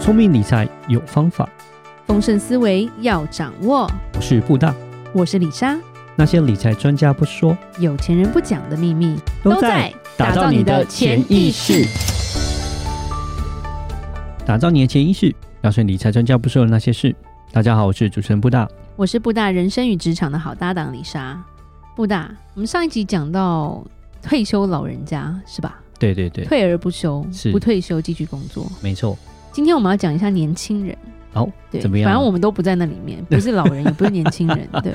聪明理财有方法，丰盛思维要掌握。我是布大。我是李莎，那些理财专家不说，有钱人不讲的秘密打造你的潜意识。。打造你的潜意识，告诉你理财专家不说的那些事。大家好，我是主持人布大。我是布大人生与职场的好搭档李莎。布大，我们上一集讲到退休老人家是吧？对对对，退而不休是，不退休继续工作。没错。今天我们要讲一下年轻人，好、对，怎么样反正我们都不在那里 面，不是老人，也不是年轻人，对，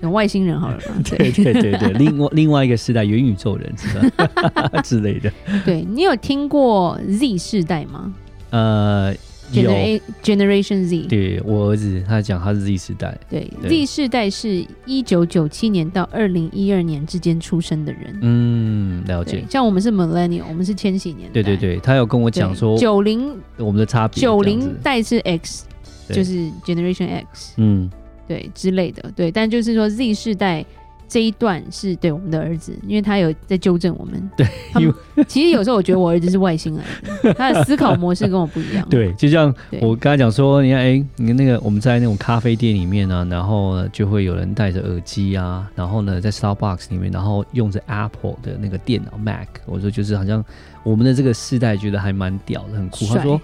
有外星人好了嘛？对对对对，另外 另外一个时代元宇宙人 是吧之类的。对你有听过 Z 世代吗呃，有。 ？Genera Generation Z，对我儿子，他讲他是 Z 时代，对对，Z 世代是一九九七年到二零一二年之间出生的人。嗯，了对解，。像我们是 Millennial，我们是千禧年代。对对对，他有跟我对，讲说九零我们的差别，九这样零子代是 X，对就是 Generation X，嗯，对之类的。对，但就是说 Z 世代这一段是对我们的儿子，因为他有在纠正我们。对他们其实有时候我觉得我儿子是外星人 的，他的思考模式跟我不一样。对，就像嗯对我刚才讲说，你看，哎、你那个我们在那种咖啡店里面呢、然后呢就会有人戴着耳机啊，然后呢在 Starbucks 里面，然后用着 Apple 的那个电脑 Mac，我说就是好像我们的这个世代觉得还蛮屌的，很酷。他帅说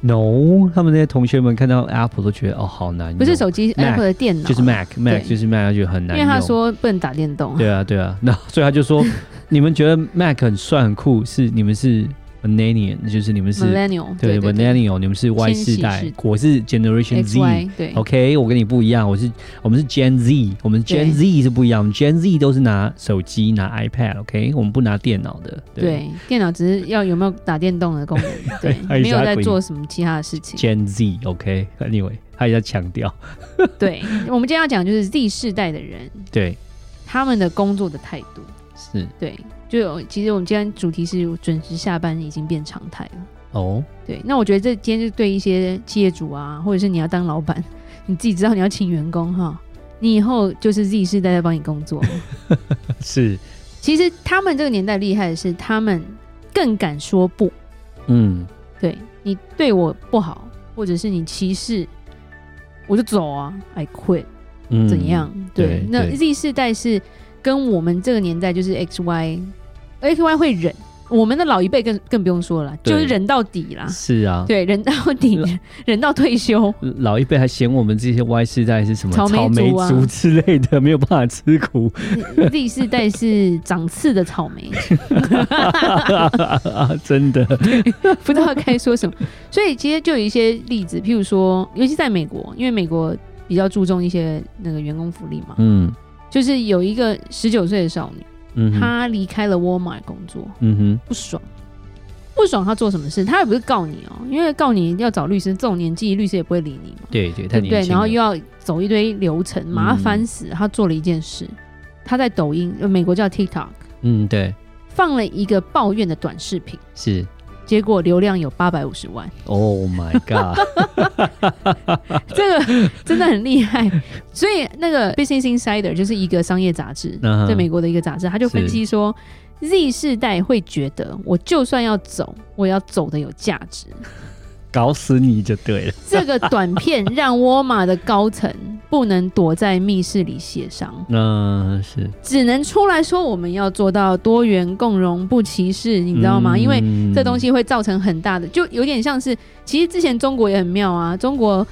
No，他们那些同学们看到 Apple 都觉得哦好难用，不是手机 Mac， ，Apple 的电脑啊，就是 Mac，Mac 对就是 Mac 就很因难为用。他说不能打电动。对啊，对啊，那所以他就说，你们觉得 Mac 很帅很酷，是你们是 Millennial，就是你们是 Millennial，对对对 Millennial，你们是 Y 千禧世代世，我是 Generation X Z。 Y 对 OK，我跟你不一样，我是我们是 Gen Z，我们 Gen 对 Z 是不一样，我们 Gen Z 都是拿手机拿 iPad，OK，、我们不拿电脑的。对，电脑只是要有没有打电动的功 能，对 Exactly 没有在做什么其他的事情。 g e n Z，OK，Anyway，、他也在强调，对，我们今天要讲就是 Z 世代的人对，他们的工作的态度，是对，就有其实我们今天主题是准时下班已经变常态了。哦， 对，那我觉得这今天就对一些企业主啊，或者是你要当老板，你自己知道你要请员工哈，你以后就是 Z 世代在帮你工作。是，其实他们这个年代厉害的是，他们更敢说不。嗯，对你对我不好，或者是你歧视，我就走啊，I quit，嗯怎样？对对，那对 Z 世代是跟我们这个年代就是 X Y，X Y 会忍，我们的老一辈更更不用说了，对就是忍到底啦，是啊， 对，忍到底，忍到退休。老一辈还嫌我们这些 Y 世代是什么草莓草莓族啊 族之类的，没有办法吃苦， Z 世代是长刺的草莓， 真的。不知道该说什么，所以其实就有一些例子，譬如说，尤其在美国，因为美国比较注重一些那个员工福利嘛，嗯就是有一个十九岁的少女。嗯哼他离开了沃尔玛工作，嗯哼，不爽，不爽他做什么事？他也不是告你哦、因为告你要找律师，这种年纪律师也不会理你嘛，对对，太对不年对？轻然后了嗯又要走一堆流程，麻烦死。他做了一件事，他在抖音，呃美国叫 TikTok，嗯对放了一个抱怨的短视频，是结果流量有八百五十 万， ，Oh my God， 这个真的很厉害。所以那个 Business Insider 就是一个商业杂志，嗯哼在美国的一个杂志，他就分是析说。Z 世代会觉得，我就算要走，我也要走的有价 值。搞死你就对了。这个短片让沃尔玛的高层不能躲在密室里协商，那是，只能出来说我们要做到多元共融、不歧视，你知道吗？嗯因为这东西会造成很大的，就有点像是，其实之前中国也很妙啊，中国。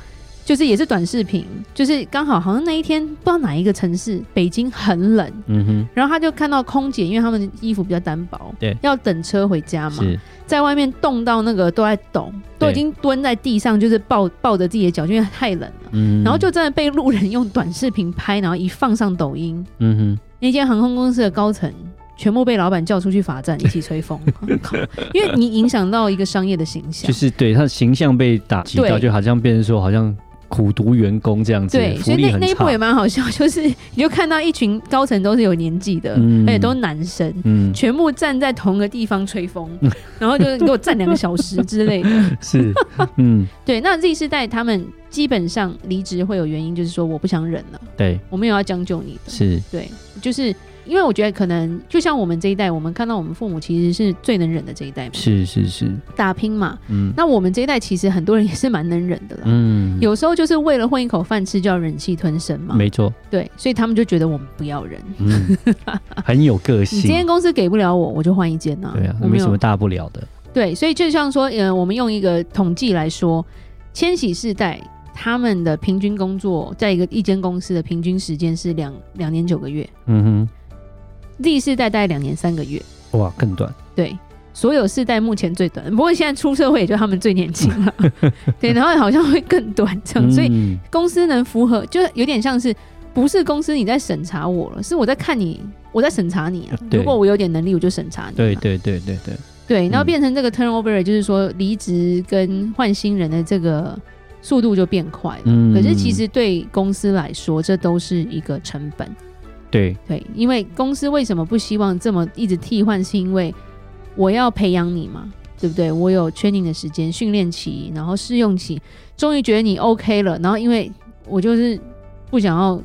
就是也是短视频，就是刚好好像那一天不知道哪一个城市，北京很冷，嗯然后他就看到空姐，因为他们的衣服比较单薄，对要等车回家哼，嘛，是在外面冻到那个都在抖，对都已经蹲在地上，就是抱抱着自己的脚，因为太冷了。嗯，然后就真的被路人用短视频拍，然后一放上抖音，嗯那间航空公司的高层全部被老板叫出去罚站，一起 吹风。靠因为你影响到一个商业的形哼，象，就是对他的形象被打击到，对就好像变成说好像苦读员工这样子对，，福所以利那很那一差部也。蛮好笑， 就是你就看到一群高层都是有年纪的，嗯而且都是男生，嗯，全部站在同个地方吹风，然后就是给我站两个小时之类的。 是，嗯，对，那 Z 世代他们基本上离职会有原因，就是说我不想忍了，对，我没有要将就你的，是，对，就是因为我觉得可能就像我们这一代，我们看到我们父母其实是最能忍的这一代嘛，是是是，打拼嘛。嗯那我们这一代其实很多人也是蛮能忍的啦，嗯，有时候就是为了混一口饭吃就要忍气吞声嘛。没错，对，所以他们就觉得我们不要忍。 嗯，很有个你今性，天公司给不了我，我就换一间呐、对啊，我没没什有么大不了的，对，所以就像说，呃，我们用一个统计来说，千禧世代他们的平均工作在一个一间公司的平均时间是两两年九个月嗯，Z 世代大概两年三个月，哼，哇，更短，对。所有世代目前最短，不过现在出社会也就他们最年轻 了，对，然后好像会更短这 样，所以嗯公司能符合，就是有点像是不是公司你在审查我了，是我在看你，我在审查你啊。对如果我有点能力，我就审查你嘛。啊对对对对对，对，然后嗯变成这个 turnover，就是说离职跟换新人的这个速度就变快了。嗯可是其实对公司来说，这都是一个成本。对，对，因为公司为什么不希望这么一直替换，是因为我要培养你嘛，对不对？我有 training 的时间、训练期，然后试用期，终于觉得你 OK 了，然后因为我就是不想要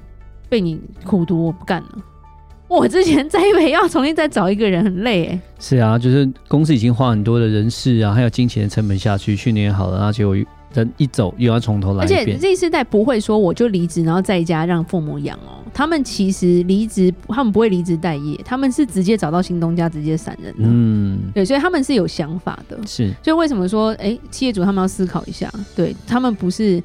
被你苦读，我不干了。我之前在北要重新再找一个人很累哎、是啊，就是公司已经花很多的人事啊，还有金钱的成本下去训练好了，然后结果又人一走又要从头来而一且遍， Z 世代不会说我就离职，然后在家让父母养哦。他们其实离职，他们不会离职待业，他们是直接找到新东家直接闪人的。啊嗯，对，所以他们是有想法的。是，所以为什么说，哎、企业主他们要思考一下，对他们不是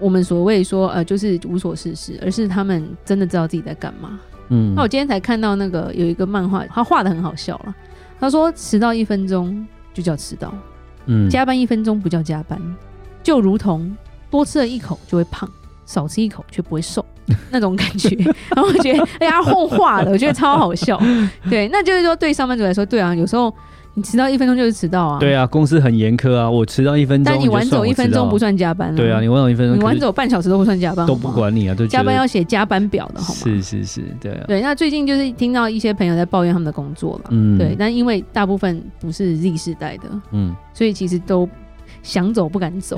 我们所谓说，呃，就是无所事事，而是他们真的知道自己在干嘛。嗯那我今天才看到那个有一个漫画，他画的很好笑了。他说迟到一分钟就叫迟到，嗯加班一分钟不叫加班，就如同多吃了一口就会胖，少吃一口却不 会瘦那种感觉。然后我觉得，哎呀，后话了，我觉得超 好笑。对，那就是说对上班族来说，对啊，有时候你迟到一分钟就是迟到啊，对啊，公司很严苛啊，我迟到一分钟，但你晚走一分钟不算算加班我迟到啊，对啊，你晚走一分钟，你晚可是走半小时都不算加班，都好不吗。管你啊，都觉加得班要写加班表的好吗？是是是，对啊，对，那最近就是听到一些朋友在抱怨他们的工作了，嗯对，，但因为大部分不是 Z 世代的，嗯，所以其实都想走不敢走，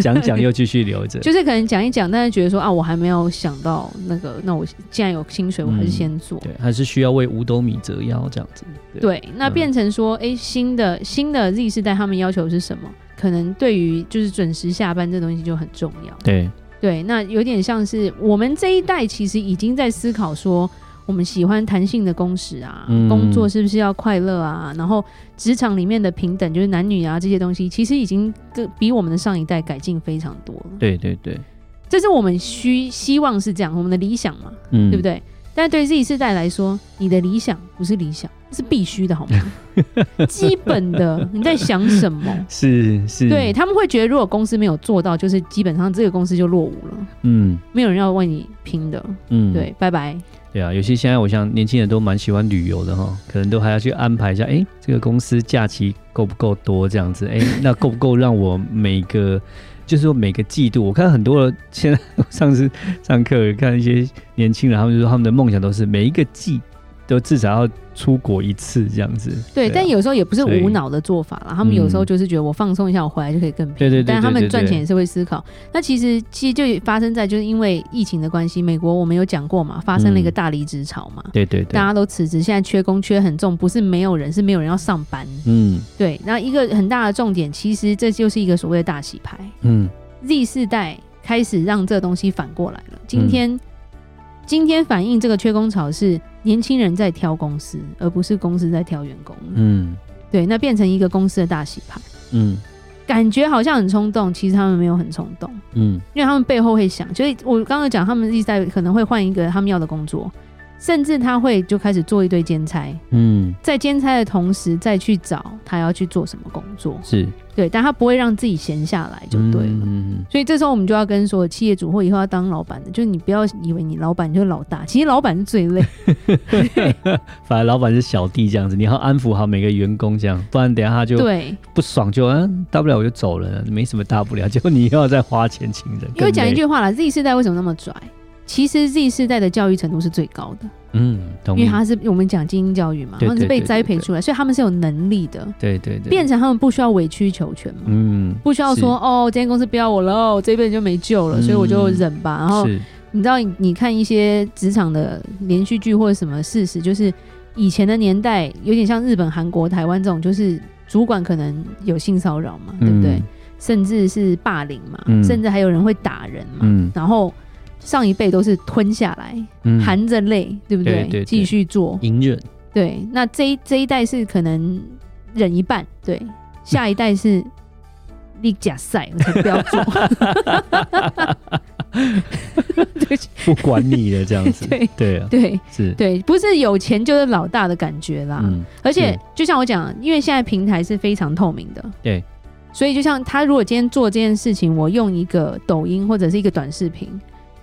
讲讲又继续留着，就是可能讲一讲，但是觉得说啊，我还没有想到那个，那我既然有薪水，我还是先做。对，嗯还是需要为五斗米折腰这样子，对，那变成说，哎、新的新的 Z 世代他们要求是什么？可能对于就是准时下班这东西就很重要。对，对，那有点像是我们这一代其实已经在思考说，我们喜欢弹性的工时啊，嗯工作是不是要快乐啊？然后职场里面的平等，就是男女啊这些东西，其实已经跟比我们的上一代改进非常多了。对对对，这是我们需希望是这样，我们的理想嘛，嗯，对不？对？但对 Z 世代来说，你的理想不是理想，是必须的 好吗？基本的，你在想什么？是是，对，他们会觉得，如果公司没有做到，就是基本上这个公司就落伍了。嗯没有人要为你拼的，嗯，对，拜拜。对啊，尤其现在我想年轻人都蛮喜欢旅游的哈，可能都还要去安排一下，哎，这个公司假期够不够多这样子，哎，那够不够让我每个。就是说每个季度，我看很多现在我上次上课看一些年轻人，他们就说他们的梦想都是每一个季都至少要出国一次这样子。对，啊但有时候也不是所以嗯无脑的做法啦，他们有时候就是觉得我放松一下，我回来就可以更拼。对对对对但他对们对赚钱也是会思考。那其实其实就发生在就是因为疫情的关系，美国我们有讲过嘛，发生了一个嗯大离职潮嘛，对对大对，家都辞职，现在缺工缺很重，不是没有人，是没有人要上班。嗯对，那一个很大的重点，其实这就是一个所谓的大洗牌。嗯 Z 世代开始让这东西反过来嗯了。今天、今天反映这个缺工潮是年轻人在挑公司，而不是公司在挑员工。嗯对，那变成一个公司的大洗牌，嗯感觉好像很冲动，其实他们没有很冲动，嗯因为他们背后会想，所以我刚刚有讲他们 Z 世代可能会换一个他们要的工作。甚至他会就开始做一堆兼差，嗯，在兼差的同时再去找他要去做什么工作，是对，但他不会让自己闲下来就对了。嗯所以这时候我们就要跟所有企业主或以后要当老板的，就是你不要以为你老板就是老大，其实老板是最 累。嗯反而老板是小弟这样子，你要安抚好每个员工这样，不然等一下他就对，不爽就啊，大不了我就走了，没什么大不了，结果你又要再花钱请人。因为更讲一累，句话啦，Z 世代为什么那么拽？其实 Z 世代的教育程度是最高的，嗯，同因为意。他是我们讲精英教育嘛，对他们是对被对栽培对对出来，所以他们是有能力的，对对对，变成他们不需要委曲求全嘛，嗯，不需要是说哦，这间公司不要我了，哦，我这辈子就没救了，嗯所以我就忍吧，然后是你知道你你看一些职场的连续剧或者什么事实，就是以前的年代有点像日本、韩国、台湾这种，就是主管可能有性骚扰嘛，对不对？嗯甚至是霸凌嘛，嗯甚至还有人会打人嘛，嗯然后上一辈都是吞下来，嗯，含着泪，对不对对对继续做，隐忍，对，那这一这一代是可能忍一半，对，下一代是你假赛，我才不要 做。对不起不管你的这样子， 对对啊，对是，对，啊不是有钱就是老大的感觉啦。嗯，而且是就像我讲，因为现在平台是非常透明的，对，所以就像他如果今天做这件事情，我用一个抖音或者是一个短视频，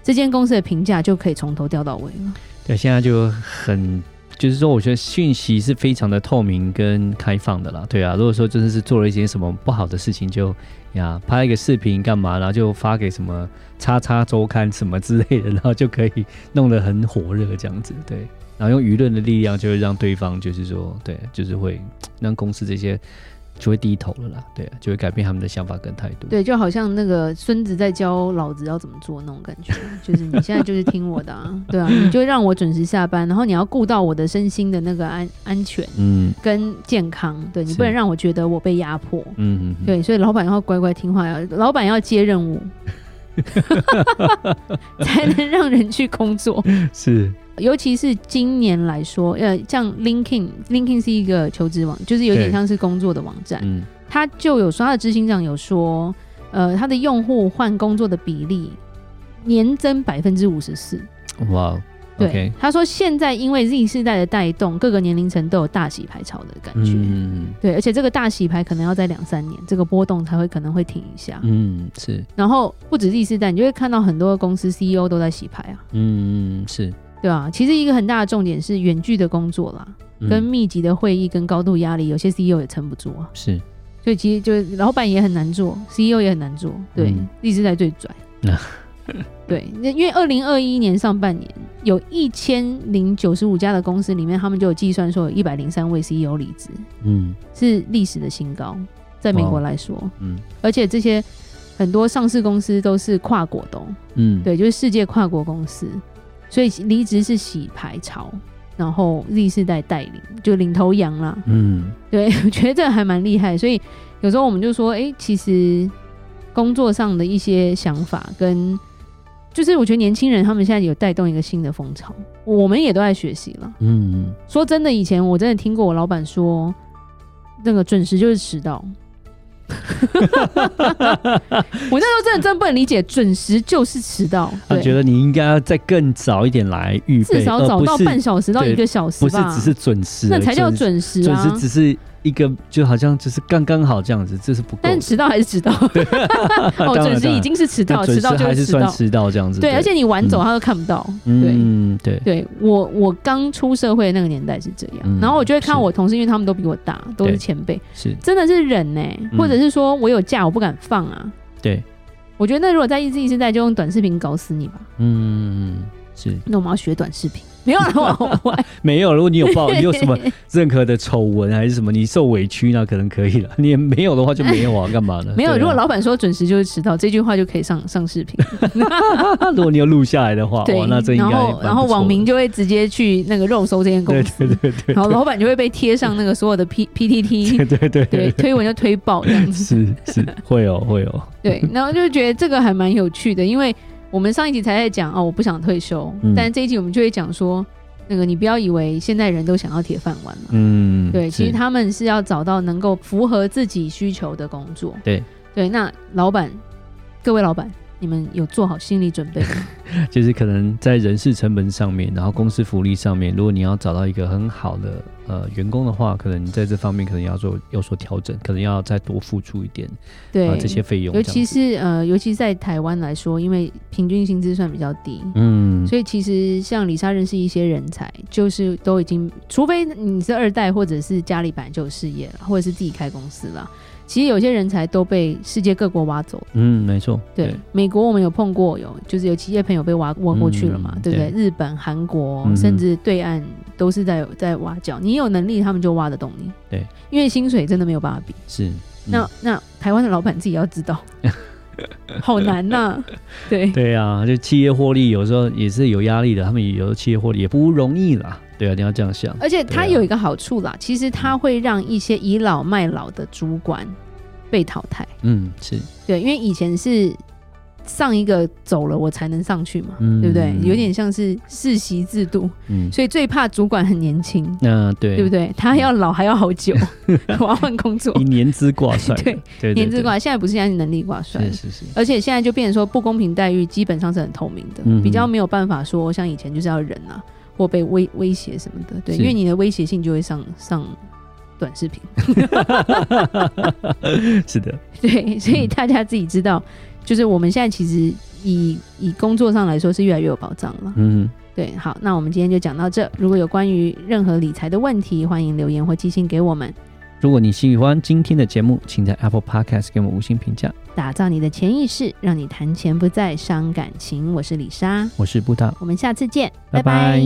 这间公司的评价就可以从头掉到尾了。对，现在就很，就是说，我觉得讯息是非常的透明跟开放的啦。对啊，如果说真的是做了一些什么不好的事情就，呀拍一个视频干嘛，然后就发给什么《叉叉周刊》什么之类的，然后就可以弄得很火热这样子。对，然后用舆论的力量，就会让对方就是说，对，就是会让公司这些就会低头了啦。对啊，就会改变他们的想法跟态度。对，就好像那个孙子在教老子要怎么做那种感 觉，就是你现在就是听我的啊，对啊，你就让我准时下班，然后你要顾到我的身心的那个安安全嗯，跟健康，对你是不能让我觉得我被压迫，嗯嗯嗯，对，所以老板要乖乖听话，要老板要接 任务，才能让人去工作。是，尤其是今年来说，呃，像 LinkedIn，LinkedIn 是一个求职网，就是有点对像是工作的网站，嗯他就有说，他的执行长有说，呃，他的用户换工作的比例年增百分之五十四。哇哦对，OK，他说现在因为 Z 世代的带动，各个年龄层都有大洗牌潮的感觉。嗯对，而且这个大洗牌可能要在两三年，这个波动才会可能会停一下。嗯是。然后不止 Z 世代，你就会看到很多公司 CEO 都在洗牌啊，嗯，嗯是对啊，其实一个很大的重点是远距的工作啦，跟嗯、密集的会议跟高度压力，有些 CEO 也撑不住啊。是所以其实就是老板也很难做，CEO 也很难做，对嗯，历史在最 拽。对，那因为二零二一年上半年有一千零九十五家的公司里面，他们就有计算说有一百零三位 CEO 离职，嗯是历史的新高，在美哇国哦来说，嗯而且这些很多上市公司都是跨国的哦、嗯，对，就是世界跨国公司，所以离职是洗牌潮，然后 Z 世代带领就领头羊啦，嗯对， 我觉得这还蛮厉害，所以有时候我们就说，哎、其实工作上的一些想法跟，就是我觉得年轻人他们现在有带动一个新的风潮，我们也都在学习了。嗯说真的，以前我真的听过我老板说，那个准时就是迟到。 我那时候真的真不能理解，准时就是迟到，他觉对，得你应该要再更早一点来预备，至少早到呃而不是半小时到对一个小时不是吧，只是准时而那已，才叫准准时准啊！时只是一个就好像就是刚刚好这样子，这是不够的。但迟到还是迟 到，哦，当然准时已经是迟当到，然迟到那准时就还是迟算到。迟到这样子。对，而且你晚走他都看不到。对，嗯对对我我刚出社会那个年代是这样嗯，然后我就会看是我同事，因为他们都比我大，都对是前辈，是真的是忍呢，嗯或者是说我有假我不敢放啊。对，我觉得那如果在一直一直在就用短视频搞死你吧，嗯是那我们要学短视频。没有啦，我我没有。如果你有报，你有什么任何的丑闻还是什么，你受委屈那可能可以了。你也没有的话就没有啊，干嘛呢？没 有。对啊如果老板说准时就是迟到，这句话就可以上上视频。如果你有录下来的话，对哇，那这，应然该后然后网民就会直接去那个肉搜这间公对司，对对对然后老板就会被贴上那个所有 的 P P T T，对对对对，推文就推爆这样 子。是是 会哦会哦，对，然后就觉得这个还蛮有趣的，因为我们上一集才在讲哦，我不想退休，嗯但这一集我们就会讲说，那个你不要以为现在人都想要铁饭碗了，嗯，对，其实是他们是要找到能够符合自己需求的工作。对对，那老板，各位老板，你们有做好心理准备吗？ 就是可能在人事成本上面，然后公司福利上面，如果你要找到一个很好的呃员工的话，可能在这方面可能要做有所调整，可能要再多付出一点对，啊这些费用，尤其这样子是呃，尤其在台湾来说，因为平均薪资算比较低，嗯所以其实像李莎认识一些人才，就是都已经，除非你是二代，或者是家里本来就有事业了，或者是自己开公司了。其实有些人才都被世界各国挖走。嗯没错，对，美国我们有碰过，有就是有企业朋友被挖挖过去了嘛，嗯对不对？对日本、韩国，嗯哼甚至对岸都是在在挖角。你有能力，他们就挖得动你。对，因为薪水真的没有办法比。是嗯 那那台湾的老板自己要知道，好难呐、对，对啊，就企业获利有时候也是有压力的，他们有时候企业获利也不容易啦。对啊，你要这样想。而且它对啊有一个好处啦，其实它会让一些倚老卖老的主管被淘汰。嗯，是，对，因为以前是上一个走了我才能上去嘛，嗯对不对？有点像是世袭制度，嗯，所以最怕主管很年轻，那对，对不对？他要老还要好 久， 我要换工作，以，年资挂帅对对对，年资对，挂现在不是按能力挂帅是。是是，而且现在就变成说不公平待遇基本上是很透明的，嗯哼比较没有办法说像以前就是要忍啊，或被威威胁什么的，对，是因为你的威胁性就会上上短视频， 是的，对，所以大家自己知道，就是我们现在其实以以工作上来说是越来越有保障了。嗯，对，好，那我们今天就讲到这。如果有关于任何理财的问题，欢迎留言或寄信给我们。如果你喜欢今天的节目，请在 Apple Podcast 给我们五星评价。打造你的潜意识，让你谈钱不再伤感情。我是李莎，我是布达，我们下次见，拜拜